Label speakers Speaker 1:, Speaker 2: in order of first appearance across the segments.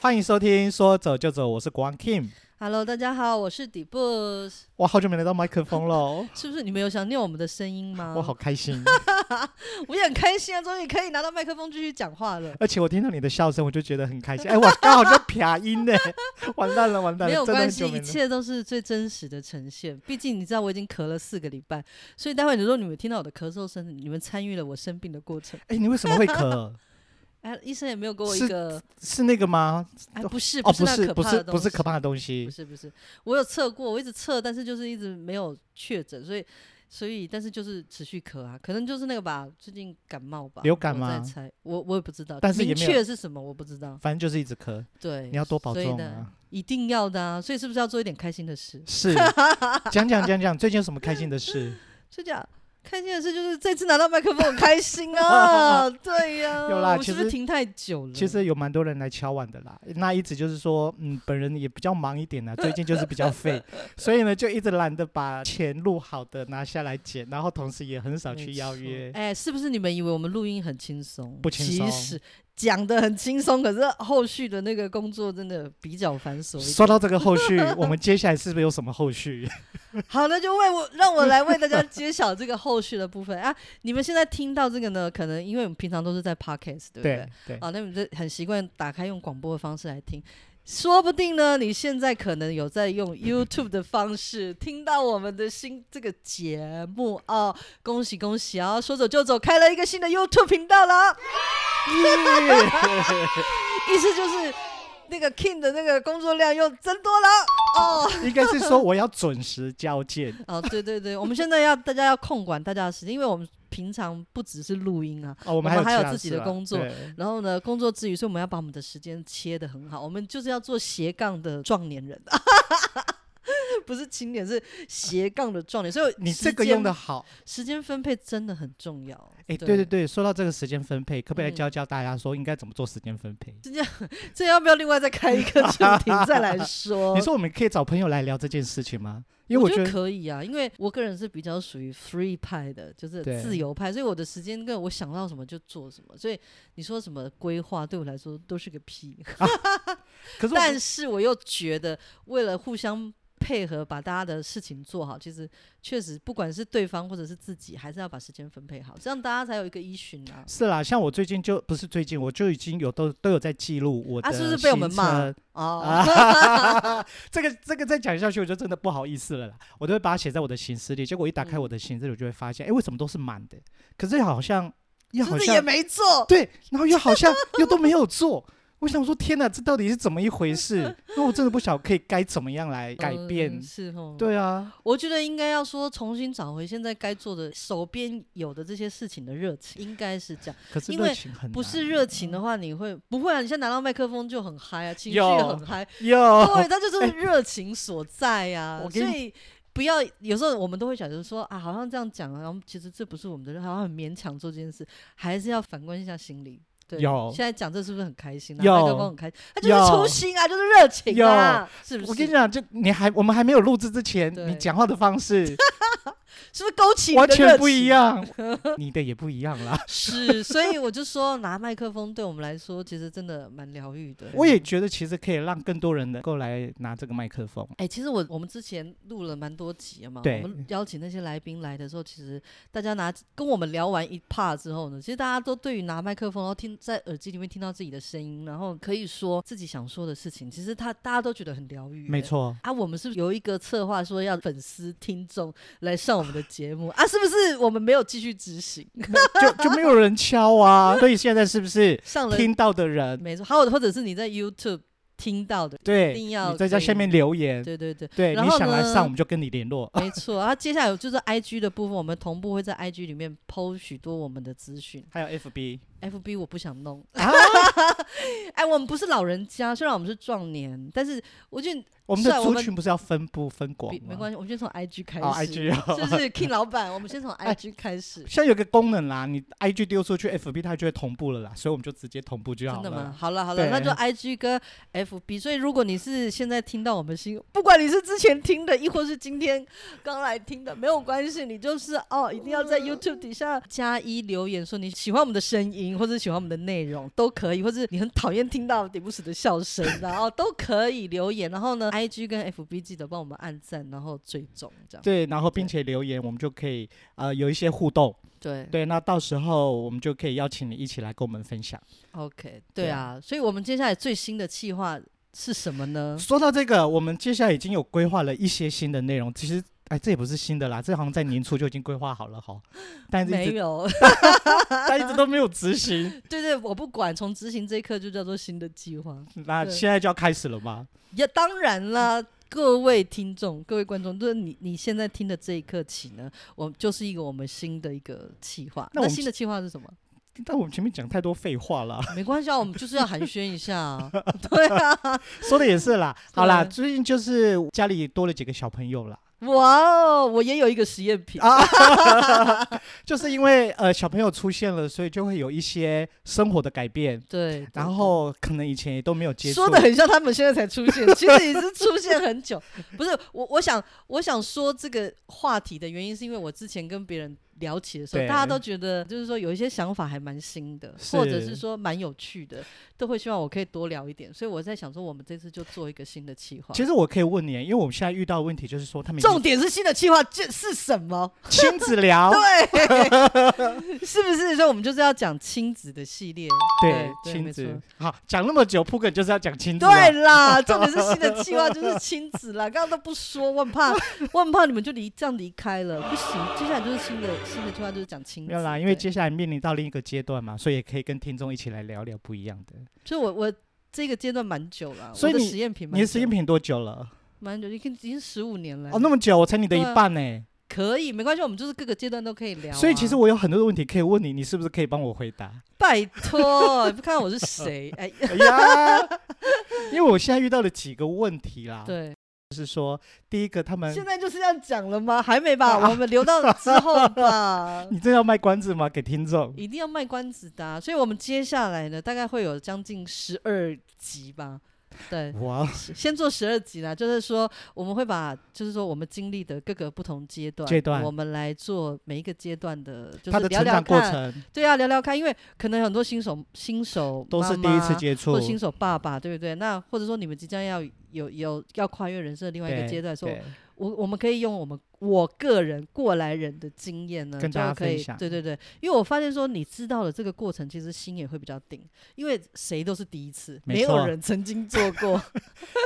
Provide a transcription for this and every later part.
Speaker 1: 欢迎收听《说走就走》，我是国王 Kim。
Speaker 2: Hello，大家好，我是底部，
Speaker 1: 哇，好久没来到麦克风
Speaker 2: ，
Speaker 1: 喽
Speaker 2: 是不是你们有想念我们的声音吗？
Speaker 1: 我好，开心。
Speaker 2: 我也很开心啊，终于可以拿到麦克风继续讲话了。
Speaker 1: 而且我听到你的笑声，我就觉得很开心。哎，我刚好就啪音呢， 完蛋了，完蛋
Speaker 2: 没
Speaker 1: 了，
Speaker 2: 有
Speaker 1: 真的
Speaker 2: 关
Speaker 1: 很
Speaker 2: 系，
Speaker 1: 久没
Speaker 2: 一
Speaker 1: 录
Speaker 2: 切都是最真实的呈现。毕竟你知道我已经咳了四个礼拜，所以待会如果你们听到我的咳嗽声，你们参与了我生病的过程。
Speaker 1: 哎，你为什么会 咳？
Speaker 2: 哎，医生也没有给我
Speaker 1: 是
Speaker 2: 一个，
Speaker 1: 是那个吗？
Speaker 2: 哎，不是，
Speaker 1: 哦，不
Speaker 2: 是那
Speaker 1: 是，
Speaker 2: 可
Speaker 1: 不
Speaker 2: 怕
Speaker 1: 是，
Speaker 2: 的东
Speaker 1: 不
Speaker 2: 西，
Speaker 1: 是可怕的东西
Speaker 2: 不。是不是，我有测过，我一直测，但是就是一直没有确诊，所以所以但是就是持续咳啊，可能就是那个吧，最近感冒吧，
Speaker 1: 流感
Speaker 2: 我在
Speaker 1: 吗
Speaker 2: 猜，我我也不知道，
Speaker 1: 但是也
Speaker 2: 明
Speaker 1: 没有
Speaker 2: 确是什么我不知道，
Speaker 1: 反正就是一直咳，
Speaker 2: 对，
Speaker 1: 你要多保
Speaker 2: 所以
Speaker 1: 重
Speaker 2: 呢
Speaker 1: 啊。
Speaker 2: 一定要的啊，所以是不是要做一点开心的事？
Speaker 1: 是，讲讲讲讲，最近有什么开心的事？
Speaker 2: 就这样。开心的事就是这次拿到麦克风很开心啊， 对呀、
Speaker 1: 有啦
Speaker 2: 我是不
Speaker 1: 其
Speaker 2: 是
Speaker 1: 实
Speaker 2: 停太久了？
Speaker 1: 其实有蛮多人来敲碗的啦，那一直就是说，嗯，本人也比较忙一 点啦，啊最近就是比较废，所以呢就一直懒得把前录好的拿下来剪，然后同时也很少
Speaker 2: 没
Speaker 1: 去邀
Speaker 2: 错
Speaker 1: 约。
Speaker 2: 哎、是不是你们以为我们录音很轻松？
Speaker 1: 不轻松
Speaker 2: 其实讲的很轻松，可是后续的那个工作真的比较繁 琐一
Speaker 1: 说到这个后 续，我们接下来是不是有什么后续？
Speaker 2: 点。好，那就为我让我来为大家揭晓这个后续的部分啊！你们现在听到这个呢，可能因为我们平常都是在 podcast，对不对？
Speaker 1: 对对，
Speaker 2: 啊，那你们就很习惯打开用广播的方式来听。说不定呢，你现在可能有在用 YouTube 的方式听到我们的新这个节目哦，恭喜恭喜啊！说走就走，开了一个新的 YouTube 频道啦。哦意思就是那个 King 的那个工作量又增多了哦。
Speaker 1: 应该是说我要准时交 件。
Speaker 2: 哦，对对对，我们现在要大家要控管大家的时间，因为我们平常不只是录音啊，
Speaker 1: 哦，我们
Speaker 2: 我
Speaker 1: 还
Speaker 2: 们还有
Speaker 1: 其他
Speaker 2: 自己
Speaker 1: 事
Speaker 2: 的
Speaker 1: 啦
Speaker 2: 工作
Speaker 1: 对
Speaker 2: 然后呢，工作之余，所以我们要把我们的时间切得很好，我们就是要做斜杠的壮年人， 不是青年，是斜杠的壮年。所以
Speaker 1: 你
Speaker 2: 时
Speaker 1: 这个
Speaker 2: 间
Speaker 1: 用的好，
Speaker 2: 时间分配真的很重要。
Speaker 1: 哎，对对
Speaker 2: 对，
Speaker 1: 对，说到这个时间分配，可不可以来
Speaker 2: 嗯
Speaker 1: 教教大家说应该怎么做时间分配？
Speaker 2: 这要不要另外再开一个主题再来 说？
Speaker 1: 你说我们可以找朋友来聊这件事情吗？因为
Speaker 2: 哦我
Speaker 1: 觉得
Speaker 2: 可以啊，因为我个人是比较属于 free 派的，就是
Speaker 1: 对
Speaker 2: 自由派，所以我的时间跟我想到什么就做什么，所以你说什么规划对我来说都是个屁。
Speaker 1: 可是我
Speaker 2: 但是我又觉得，为了互相配合，把大家的事情做好，其实确实不管是对方或者是自己，还是要把时间分配好，这样大家才有一个依循啊。
Speaker 1: 是啦，像我最近就不是最近，我就已经有都都有在记录我的、
Speaker 2: 啊，
Speaker 1: 行
Speaker 2: 是不是被我们骂
Speaker 1: 程？
Speaker 2: 哦，
Speaker 1: 啊这个这个再讲下去，我就真的不好意思了啦。我都会把它写在我的行事历，结果一打开
Speaker 2: 嗯
Speaker 1: 我的行事历，我就会发现，哎、为什么都是满的？可是好像又
Speaker 2: 真
Speaker 1: 好
Speaker 2: 的也
Speaker 1: 像
Speaker 2: 没做。
Speaker 1: 对，然后又好 像又都没有做。我想说，天哪，这到底是怎么一回事？那我真的不晓得可以该怎么样来改变。
Speaker 2: 嗯是哦，，
Speaker 1: 对啊，
Speaker 2: 我觉得应该要说重新找回现在该做的、手边有的这些事情的热情，应该是这样。
Speaker 1: 可是
Speaker 2: 因为
Speaker 1: 热情很
Speaker 2: 不
Speaker 1: 难
Speaker 2: 是热情的话，你会不会啊？你现在拿到麦克风就很嗨啊，情绪
Speaker 1: 有
Speaker 2: 也很嗨，
Speaker 1: 哟，
Speaker 2: 对，那就是热情所在呀、
Speaker 1: 我
Speaker 2: 所
Speaker 1: 跟你
Speaker 2: 以不要有时候我们都会想着说啊，好像这样讲，然后其实这不是我们的热，好像很勉强做这件事，还是要反观一下心理。对，
Speaker 1: 有
Speaker 2: 现在讲这是不是很开心、啊？
Speaker 1: 有
Speaker 2: 麦克风很开心，它就
Speaker 1: 有
Speaker 2: 是初心啊，就是热情啊，是不
Speaker 1: 我跟你
Speaker 2: 是？
Speaker 1: 讲，就你还我们还没有录制之前，你
Speaker 2: 对
Speaker 1: 讲话的方式
Speaker 2: 是不是勾起你的
Speaker 1: 完
Speaker 2: 热情？
Speaker 1: 全不一。样，你的也不一样啦。
Speaker 2: 是，所以我就说拿麦克风对我们来说，其实真的蛮疗愈的。
Speaker 1: 我也觉得其实可以让更多人能够来拿这个麦克风。
Speaker 2: 哎、其实我我们之前录了蛮多集了嘛，
Speaker 1: 对嗯
Speaker 2: 我们邀请那些来宾来的时候，其实大家拿跟我们聊完一 part 之后呢，其实大家都对于拿麦克风，然后听在耳机里面听到自己的声音，然后可以说自己想说的事情，其实他大家都觉得很疗愈、
Speaker 1: 没。错，
Speaker 2: 啊，我们是不是有一个策划说要粉丝听众来上我们的节目啊？是不是我们没有继续执行？
Speaker 1: 就 就没有人敲啊，所以现在是不 是
Speaker 2: 上了
Speaker 1: 听到的人
Speaker 2: 没错，还有或者是你在 YouTube 听到的，
Speaker 1: 对，
Speaker 2: 一定要
Speaker 1: 你在
Speaker 2: 可
Speaker 1: 家
Speaker 2: 以
Speaker 1: 下面留言，
Speaker 2: 对对对，
Speaker 1: 对
Speaker 2: 然
Speaker 1: 你
Speaker 2: 后
Speaker 1: 想来
Speaker 2: 呢
Speaker 1: 上我们就跟你联 络。
Speaker 2: 没错，然后接下来就是 I G 的部分，我们同步会在 I G 里面抛许多我们的资讯。
Speaker 1: 还有 FB，
Speaker 2: F B 我不想弄，
Speaker 1: 啊
Speaker 2: 哎，我们不是老人家，虽然我们是壮年，但是我觉得
Speaker 1: 我们的
Speaker 2: 算我
Speaker 1: 族
Speaker 2: 们
Speaker 1: 群不是要分布分广
Speaker 2: 比
Speaker 1: 吗？
Speaker 2: 没关系，我们先从 IG 开始。
Speaker 1: 哦，IG 哦
Speaker 2: 是不是 King 老板？我们先从
Speaker 1: 哎
Speaker 2: IG 开始。
Speaker 1: 现在有个功能啦，你 IG 丢出去，FB 它就会同步了啦，所以我们就直接同步就好
Speaker 2: 真
Speaker 1: 了。
Speaker 2: 的吗？好了好了，
Speaker 1: 对
Speaker 2: 那就 I G 跟 F B。所以如果你是现在听到我们新，不管你是之前听的，亦或是今天刚来听的，没有关系，你就是哦，一定要在 YouTube 底下加一留言，说你喜欢我们的声音，或者喜欢我们的内容都可以，或者你很讨厌听到顶不死的笑声，然后都可以留言。然后呢，I G 跟 F B 记得帮我们按赞，然后追踪这样。
Speaker 1: 对，然后并且留言，我们就可以呃有一些互动。
Speaker 2: 对
Speaker 1: 对，那到时候我们就可以邀请你一起来跟我们分享。
Speaker 2: OK，
Speaker 1: 对
Speaker 2: 对啊，所以我们接下来最新的计划是什么呢？
Speaker 1: 说到这个，我们接下来已经有规划了一些新的内容，其实。哎，这也不是新的啦，这好像在年初就已经规划好了哈，但是一
Speaker 2: 没
Speaker 1: 直
Speaker 2: 有，
Speaker 1: 但一直都没有执 行，
Speaker 2: 对对，我不管，从执行这一刻就叫做新的计划。
Speaker 1: 那
Speaker 2: 对
Speaker 1: 现在就要开始了吗？
Speaker 2: 也当然啦，各位听众、各位观众，就是你你现在听的这一刻起呢，我就是一个我们新的一个计划。
Speaker 1: 那
Speaker 2: 那
Speaker 1: 我们
Speaker 2: 新的计划是什么？
Speaker 1: 但我们前面讲太多废话 了，
Speaker 2: 没关系啊，我们就是要寒暄一 下、啊。对啊，
Speaker 1: 说的也是啦。好啦，
Speaker 2: 对
Speaker 1: 最近就是家里多了几个小朋友啦，
Speaker 2: 哇哦，我也有一个实验品。
Speaker 1: 啊，就是因为呃小朋友出现了，所以就会有一些生活的改变，
Speaker 2: 对，对
Speaker 1: 然后可能以前也都没有接触。
Speaker 2: 嗯说的很像他们现在才出 现，其实也是出现很久。不是我，我想我想说这个话题的原因，是因为我之前跟别人聊起的时候，
Speaker 1: 对
Speaker 2: 大家都觉得就是说有一些想法还蛮新的，或者是
Speaker 1: 是
Speaker 2: 说蛮有趣的，都会希望我可以多聊一点。所以我在想说，我们这次就做一个新的企划。
Speaker 1: 其实我可以问你，因为我们现在遇到的问题就是说，他们已经
Speaker 2: 重点是新的企划就是什么？
Speaker 1: 亲子聊，
Speaker 2: 是不是？所以我们就是要讲亲子的系列。
Speaker 1: 对
Speaker 2: 对，
Speaker 1: 亲
Speaker 2: 没错
Speaker 1: 子。好，讲那么久，铺梗就是要讲亲子啊。
Speaker 2: 对 啦，重点是新的计划就是亲子啦，刚刚都不说，我很怕，我很怕你们就离这样离开了，不行，接下来就是新的新的计划就是讲亲子。
Speaker 1: 没有啦，因为
Speaker 2: 对
Speaker 1: 接下来面临到另一个阶段嘛，所以也可以跟听众一起来聊聊不一样的。
Speaker 2: 所以我我这个阶段蛮久了，
Speaker 1: 所以
Speaker 2: 我的
Speaker 1: 你
Speaker 2: 实验品蛮
Speaker 1: 你
Speaker 2: 久，
Speaker 1: 的实验品多久了？
Speaker 2: 蛮久，已经已经十五年了。
Speaker 1: 哦，那么久，我才你的一
Speaker 2: 对啊
Speaker 1: 半呢。
Speaker 2: 可以，没关系，我们就是各个阶段都可以聊啊、
Speaker 1: 所以其实我有很多的问题可以问你，你是不是可以帮我回答？
Speaker 2: 拜托，你不看看我是谁？哎，
Speaker 1: 哎呀，因为我现在遇到了几个问题啦，
Speaker 2: 对，
Speaker 1: 就是说，第一个他们，
Speaker 2: 现在就是要讲了吗？还没吧，
Speaker 1: 啊
Speaker 2: 我们留到之后 吧。
Speaker 1: 你这要卖关子吗？给听众？
Speaker 2: 一定要卖关子的啊、所以我们接下来呢，大概会有将近十二集吧。对，
Speaker 1: 哇，
Speaker 2: 是先做十二集啦，就是说我们会把，就是说我们经历的各个不同阶段，
Speaker 1: 阶段
Speaker 2: 我们来做每一个阶段的，就是
Speaker 1: 他的
Speaker 2: 聊
Speaker 1: 成
Speaker 2: 聊
Speaker 1: 长过
Speaker 2: 看，
Speaker 1: 程
Speaker 2: 对啊，聊聊看，因为可能很多新手新手
Speaker 1: 都是
Speaker 2: 妈
Speaker 1: 第一次
Speaker 2: 妈
Speaker 1: 接触
Speaker 2: 或，新手爸爸，对不对？那或者说你们即将要有有要跨越人生的另外一个
Speaker 1: 对
Speaker 2: 阶段的时候，
Speaker 1: 对
Speaker 2: 我我们可以用我们我个人过来人的经验呢，
Speaker 1: 跟
Speaker 2: 就
Speaker 1: 大家
Speaker 2: 可以
Speaker 1: 分享
Speaker 2: 对对对，因为我发现说，你知道了这个过程，其实心也会比较定，因为谁都是第一次，
Speaker 1: 没
Speaker 2: 没有
Speaker 1: 错
Speaker 2: 人曾经做 过，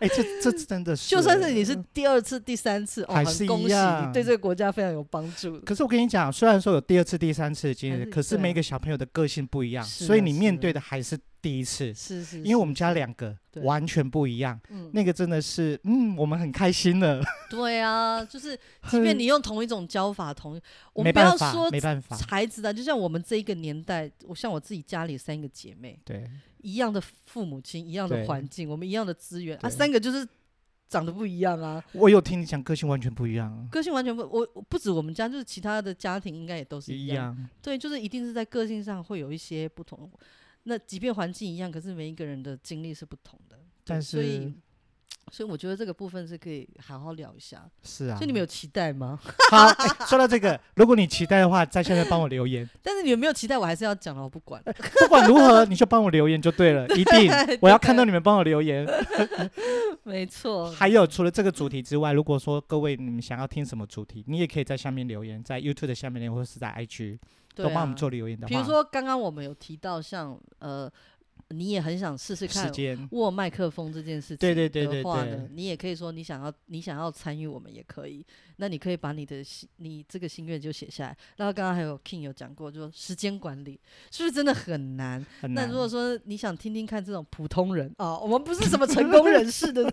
Speaker 1: 哎，这这真的是，
Speaker 2: 就算是你是，第二次、第三次，哦，
Speaker 1: 还
Speaker 2: 很
Speaker 1: 是一
Speaker 2: 恭喜你，
Speaker 1: 样
Speaker 2: 对这个国家非常有帮助。
Speaker 1: 可是我跟你讲，虽然说有第二次、第三次的经
Speaker 2: 还
Speaker 1: 验，
Speaker 2: 是
Speaker 1: 可是
Speaker 2: 对啊
Speaker 1: 每个小朋友的个性不一样，
Speaker 2: 是
Speaker 1: 所以
Speaker 2: 啊
Speaker 1: 你
Speaker 2: 是
Speaker 1: 面
Speaker 2: 啊
Speaker 1: 对的还是第一次。
Speaker 2: 是是，
Speaker 1: 因为我们
Speaker 2: 是
Speaker 1: 家，两个
Speaker 2: 对
Speaker 1: 完全不一样，
Speaker 2: 嗯，
Speaker 1: 那个真的是，嗯，我们很开心了，
Speaker 2: 对啊，就是 即便你用同一种教法，同一我
Speaker 1: 没
Speaker 2: 们不要
Speaker 1: 办法，
Speaker 2: 说
Speaker 1: 没办法，
Speaker 2: 孩子啊的，就像我们这一个年代，我像我自己家里三个姐妹，
Speaker 1: 对，
Speaker 2: 一样的父母亲，一样的
Speaker 1: 对
Speaker 2: 环境，我们一样的资源啊，
Speaker 1: 对
Speaker 2: 三个就是长得不一样啊，
Speaker 1: 我有听你讲，个性完全不一样，啊
Speaker 2: 个性完全不，我我不止我们家，就是其他的家庭应该也都是
Speaker 1: 一
Speaker 2: 一样。
Speaker 1: 样，
Speaker 2: 对，就是一定是在个性上会有一些不同。那即便环境一样，可是每一个人的经历是不同的。对
Speaker 1: 但
Speaker 2: 所以
Speaker 1: 是，
Speaker 2: 所以我觉得这个部分是可以好好聊一下。
Speaker 1: 是啊，
Speaker 2: 所以你们有期待吗？
Speaker 1: 好、 哎说到这个，如果你期待的话，在下面帮我留言。
Speaker 2: 但是你们没有期待，我还是要讲了，我不管。
Speaker 1: 不管如何，你就帮我留言就 对了，一定，我要看到你们帮我留言。
Speaker 2: 没错，
Speaker 1: 还有，除了这个主题之外，如果说各位你们想要听什么主题，你也可以在下面留言，在 YouTube 的下面留言，或者是在 IG
Speaker 2: 对
Speaker 1: 都帮我们
Speaker 2: 啊
Speaker 1: 做留言的话，
Speaker 2: 比如说刚刚我们有提到像呃，你也很想试试
Speaker 1: 时
Speaker 2: 看
Speaker 1: 间，
Speaker 2: 握麦克风这件事情
Speaker 1: 嗯对对对对
Speaker 2: 的话
Speaker 1: 对
Speaker 2: 呢，你也可以说你想要你想要参与，我们也可以。那你可以把你的心你这个心愿就写下来。然后刚刚还有 King 有讲过，就说时间管理是不是真的很难？
Speaker 1: 很
Speaker 2: 那
Speaker 1: 难
Speaker 2: 如。果说你想听听看这种普通人啊、我们不是什么成功人 士的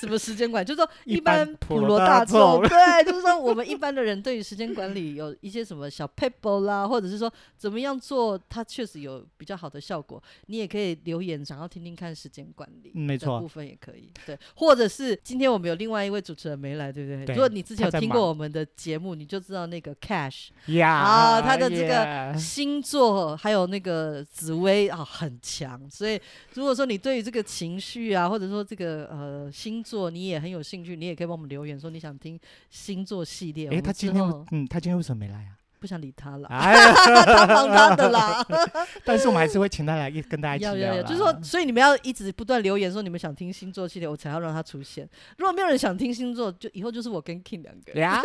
Speaker 2: 什么时间管，就是说
Speaker 1: 一
Speaker 2: 一
Speaker 1: 般
Speaker 2: 般
Speaker 1: 普
Speaker 2: 普
Speaker 1: 罗
Speaker 2: 罗
Speaker 1: 大
Speaker 2: 大众，
Speaker 1: 众
Speaker 2: 对，就是说我们一般的人对于时间管理有一些什么小 p a p e r 啦，或者是说怎么样做，它确实有比较好的效果。你也可以留言，想要听听看时间管理，
Speaker 1: 嗯没错
Speaker 2: 部分也可以。对，或者是今天我们有另外一位主持人没来，对不对？
Speaker 1: 对
Speaker 2: 如果你之前
Speaker 1: 他
Speaker 2: 有
Speaker 1: 在
Speaker 2: 听过
Speaker 1: 忙
Speaker 2: 我们的节目，你就知道那个 Cash
Speaker 1: 呀，
Speaker 2: 啊他的这个
Speaker 1: yeah
Speaker 2: 星座还有那个紫薇啊很强，所以如果说你对于这个情绪啊，或者说这个呃星座你也很有兴趣，你也可以帮我们留言说你想听星座系列。我
Speaker 1: 诶，
Speaker 2: 们
Speaker 1: 他
Speaker 2: 之
Speaker 1: 今天为
Speaker 2: 后
Speaker 1: 嗯，他今天为什么没来啊？
Speaker 2: 不想理他 了，啊
Speaker 1: 哎呀，
Speaker 2: 他忙他的 啦。
Speaker 1: 但是我们还是会请他来一跟大家一
Speaker 2: 要
Speaker 1: 起
Speaker 2: 要
Speaker 1: 聊
Speaker 2: 要，
Speaker 1: 啦。
Speaker 2: 就是说，所以你们要一直不断留言说你们想听星座系列，我才要让它出现。如果没有人想听星座，就以后就是我跟 King 两个人
Speaker 1: 呀，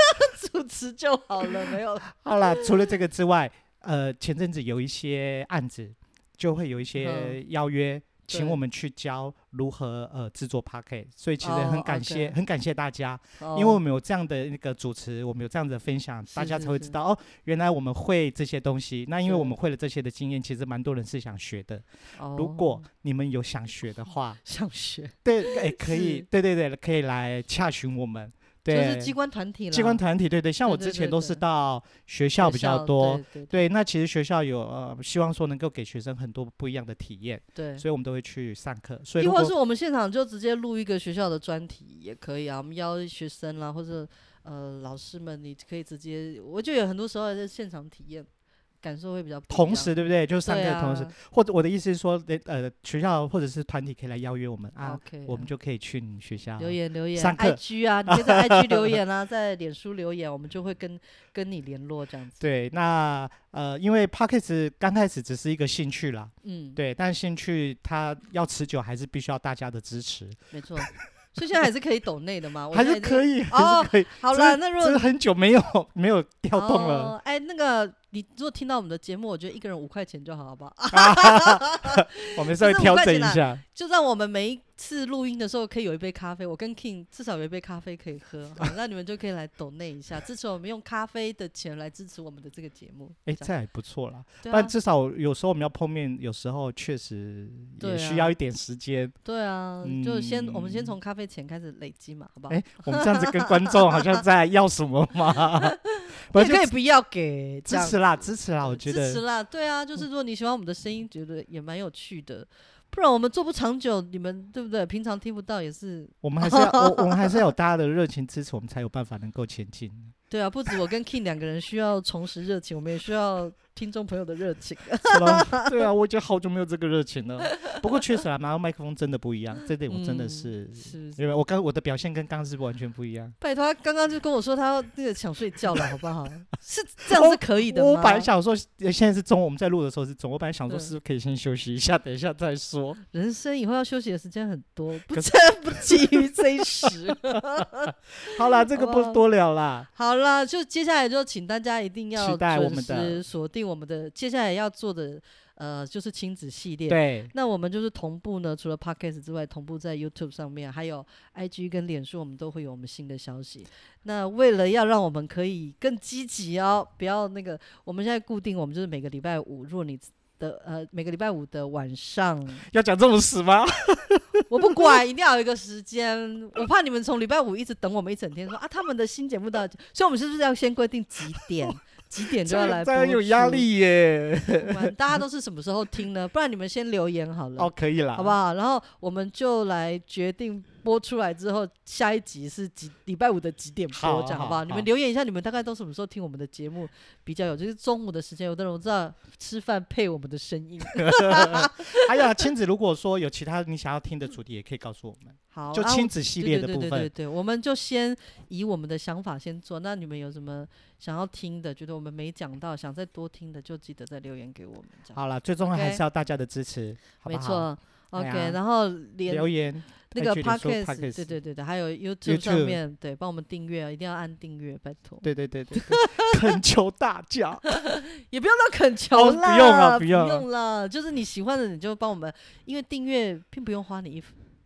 Speaker 2: 主持就好了，没 有
Speaker 1: 好啦，除了这个之外，呃，前阵子有一些案子，就会有一些
Speaker 2: 嗯
Speaker 1: 邀约。请
Speaker 2: 对
Speaker 1: 我们去教如何呃制作 p a c k e t 所以其实
Speaker 2: 哦
Speaker 1: 很感谢
Speaker 2: OK
Speaker 1: 很感谢大家，
Speaker 2: 哦
Speaker 1: 因为我们有这样的那个主持，我们有这样的分享，大
Speaker 2: 是
Speaker 1: 家
Speaker 2: 是
Speaker 1: 才会
Speaker 2: 是
Speaker 1: 知道哦，原来我们会这些东西。那因为
Speaker 2: 对
Speaker 1: 我们会了这些的经验，其实蛮多人是想学的。如
Speaker 2: 哦，
Speaker 1: 果你们有想学的话
Speaker 2: 想学，
Speaker 1: 对，哎，可以，
Speaker 2: 是
Speaker 1: 对对对，可以来洽询我们。
Speaker 2: 就
Speaker 1: 对，
Speaker 2: 是机关团体了，
Speaker 1: 机关团体，对对，像我
Speaker 2: 对
Speaker 1: 之
Speaker 2: 对
Speaker 1: 前
Speaker 2: 对
Speaker 1: 都是
Speaker 2: 对
Speaker 1: 到学校比较多。
Speaker 2: 对对
Speaker 1: 对，那其实学校有呃，希望说能够给学生很多不一样的体验，
Speaker 2: 对。
Speaker 1: 所以我们都会去上课。所以
Speaker 2: 亦
Speaker 1: 如
Speaker 2: 或
Speaker 1: 果
Speaker 2: 是我们现场就直接录一个学校的专题也可以啊，我们邀学生啦，或者呃老师们，你可以直接，我就有很多时候在现场体验，感受会比较不一
Speaker 1: 同
Speaker 2: 样
Speaker 1: 时，对不对？就是上课
Speaker 2: 对
Speaker 1: 的同时，
Speaker 2: 啊
Speaker 1: 或者我的意思是说，呃，学校或者是团体可以来邀约我们啊
Speaker 2: OK，
Speaker 1: 我们
Speaker 2: 啊
Speaker 1: 就可以去你学校
Speaker 2: 留言留言
Speaker 1: 上课
Speaker 2: ，IG 啊，你可 以在 IG 留言啊，在脸书留言，我们就会跟跟你联络这样子。
Speaker 1: 对，那呃，因为 p o c k e t 刚开始只是一个兴趣啦，
Speaker 2: 嗯，，
Speaker 1: 对，但兴趣它要持久，还是必须要大家的支持，
Speaker 2: 没错。所以现在还是可以抖内的嘛，我
Speaker 1: 还
Speaker 2: 现
Speaker 1: 是
Speaker 2: 在已经
Speaker 1: 可以，还
Speaker 2: 哦
Speaker 1: 是可以。
Speaker 2: 好
Speaker 1: 只
Speaker 2: 了。
Speaker 1: 是
Speaker 2: 那如
Speaker 1: 只
Speaker 2: 果
Speaker 1: 是很久没有没有调动了，
Speaker 2: 哦哎、那个你如果听到我们的节目，我觉得一个人五块钱就好，好不好？
Speaker 1: 我们稍微
Speaker 2: 就是
Speaker 1: 调
Speaker 2: 五块
Speaker 1: 整
Speaker 2: 钱
Speaker 1: 一
Speaker 2: 啦
Speaker 1: 下。
Speaker 2: 就让我们每一次录音的时候可以有一杯咖啡，我跟 King 至少有一杯咖啡可以喝， 好，那你们就可以来抖内一下，支持我们用咖啡的钱来支持我们的这个节目。
Speaker 1: 哎，这
Speaker 2: 这样
Speaker 1: 样也不错啦。
Speaker 2: 啊对啊
Speaker 1: 但至少有时候我们要碰面，有时候确实也
Speaker 2: 对
Speaker 1: 需
Speaker 2: 啊
Speaker 1: 要一点时间。
Speaker 2: 对啊，就先我们先
Speaker 1: 嗯
Speaker 2: 从咖啡钱开始累积嘛，好不好？
Speaker 1: 哎、我们这样子跟观众好 像在要什么嘛？不
Speaker 2: 也
Speaker 1: 就
Speaker 2: 可以不要给这
Speaker 1: 支
Speaker 2: 样
Speaker 1: 持啦，支持啦，我
Speaker 2: 呃
Speaker 1: 觉
Speaker 2: 支
Speaker 1: 得。
Speaker 2: 持啦，对啊，就是如果你喜欢我们的声音，觉得也蛮有趣的，不然我们做不长久，你们对不对？平常听不到也是，
Speaker 1: 我们还是要我我们还是要有大家的热情支持，我们才有办法能够前 进。
Speaker 2: 对啊，不止我跟 King 两个人需要重拾热情，我们也需要听众朋友的热 情。
Speaker 1: 是吧对啊，我已经好久没有这个热情了。不过确实啊，拿到麦克风真的不一样，这点哎我真的
Speaker 2: 嗯
Speaker 1: 是，
Speaker 2: 是不是
Speaker 1: 因为我刚我的表现跟刚刚是完全不一样。
Speaker 2: 拜托，他刚刚就跟我说他要那个想睡觉了，好不好？是这样是可以的吗？
Speaker 1: 我本来想说，呃现在是中午，我们在录的时候是中午。我本来想说，
Speaker 2: 嗯
Speaker 1: 是不是可以先休息一下，等一下再说。
Speaker 2: 人生以后要休息的时间很多，不
Speaker 1: 可
Speaker 2: 这不急于这一时。
Speaker 1: 好啦，这个
Speaker 2: 好
Speaker 1: 不
Speaker 2: 吧
Speaker 1: 多聊啦。
Speaker 2: 好了，就接下来就请大家一定要
Speaker 1: 期待我们的
Speaker 2: 准时锁定我们的接下来要做的呃，就是亲子系列。
Speaker 1: 对，
Speaker 2: 那我们就是同步呢，除了 podcast 之外，同步在 YouTube 上面，还有 IG 跟脸书，我们都会有我们新的消息。那为了要让我们可以更积极哦，不要那个，我们现在固定，我们就是每个礼拜五，如果你的呃每个礼拜五的 晚上，
Speaker 1: 要讲这么死 吗？
Speaker 2: 我不管，一定要有一个时间，我怕你们从礼拜五一直等我们一整天说啊他们的新节目到底，所以我们是不是要先规定几 点？几点就要来
Speaker 1: 这
Speaker 2: 播
Speaker 1: 样有压
Speaker 2: 出，
Speaker 1: 力耶。
Speaker 2: 不然大家都是什么时候听呢？不然你们先留言好了。
Speaker 1: 哦，可以啦，
Speaker 2: 好不好？然后我们就来决定播出来之后，下一集是几礼拜五的几点播，
Speaker 1: 好
Speaker 2: 这样好不
Speaker 1: 好
Speaker 2: 好？你们
Speaker 1: 好
Speaker 2: 留言一下，你们大概都什么时候听我们的节目比较有？就是中午的时间，有的人我知道吃饭配我们的声 音。
Speaker 1: 还有啊亲子，如果说有其他你想要听的主题，也可以告诉我们。
Speaker 2: 好，
Speaker 1: 就
Speaker 2: 啊
Speaker 1: 亲子系列的
Speaker 2: 对
Speaker 1: 部
Speaker 2: 对对
Speaker 1: 分，
Speaker 2: 对对对，我们就先以我们的想法先做。那你们有什么想要听的，觉得我们没讲到，想再多听的，就记得再留言给我们。这样，
Speaker 1: 好啦，最重要
Speaker 2: OK
Speaker 1: 还是要大家的支持，好不
Speaker 2: 没
Speaker 1: 好？
Speaker 2: 错。
Speaker 1: 哎
Speaker 2: OK，、
Speaker 1: 呀
Speaker 2: 然后
Speaker 1: 留
Speaker 2: 连
Speaker 1: 言
Speaker 2: 那个
Speaker 1: IG 脸书
Speaker 2: podcast，
Speaker 1: podcast
Speaker 2: 对对对对，还有 YouTube 上
Speaker 1: YouTube
Speaker 2: 面，对，帮我们订阅，一定要按订阅，拜托。
Speaker 1: 对对对对，对恳求大 家，
Speaker 2: 也不用到恳
Speaker 1: 哦
Speaker 2: 求
Speaker 1: 不
Speaker 2: 啦，
Speaker 1: 用了
Speaker 2: 不
Speaker 1: 不用
Speaker 2: 了，就是你喜欢的你就帮我们，因为订阅并不用花你一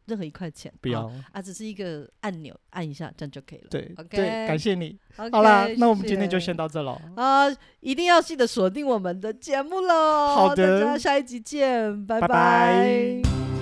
Speaker 2: 任何一块钱，
Speaker 1: 不要
Speaker 2: 啊。啊，只是一个按钮，按一下这样就可以了。
Speaker 1: 对
Speaker 2: OK
Speaker 1: 对，感谢你。
Speaker 2: OK，
Speaker 1: 好啦，那我们
Speaker 2: 谢
Speaker 1: 今天就
Speaker 2: 谢
Speaker 1: 先到这喽。
Speaker 2: 啊，一定要记得锁定我们的节目喽。
Speaker 1: 好的
Speaker 2: 大家下一集见，拜
Speaker 1: 拜拜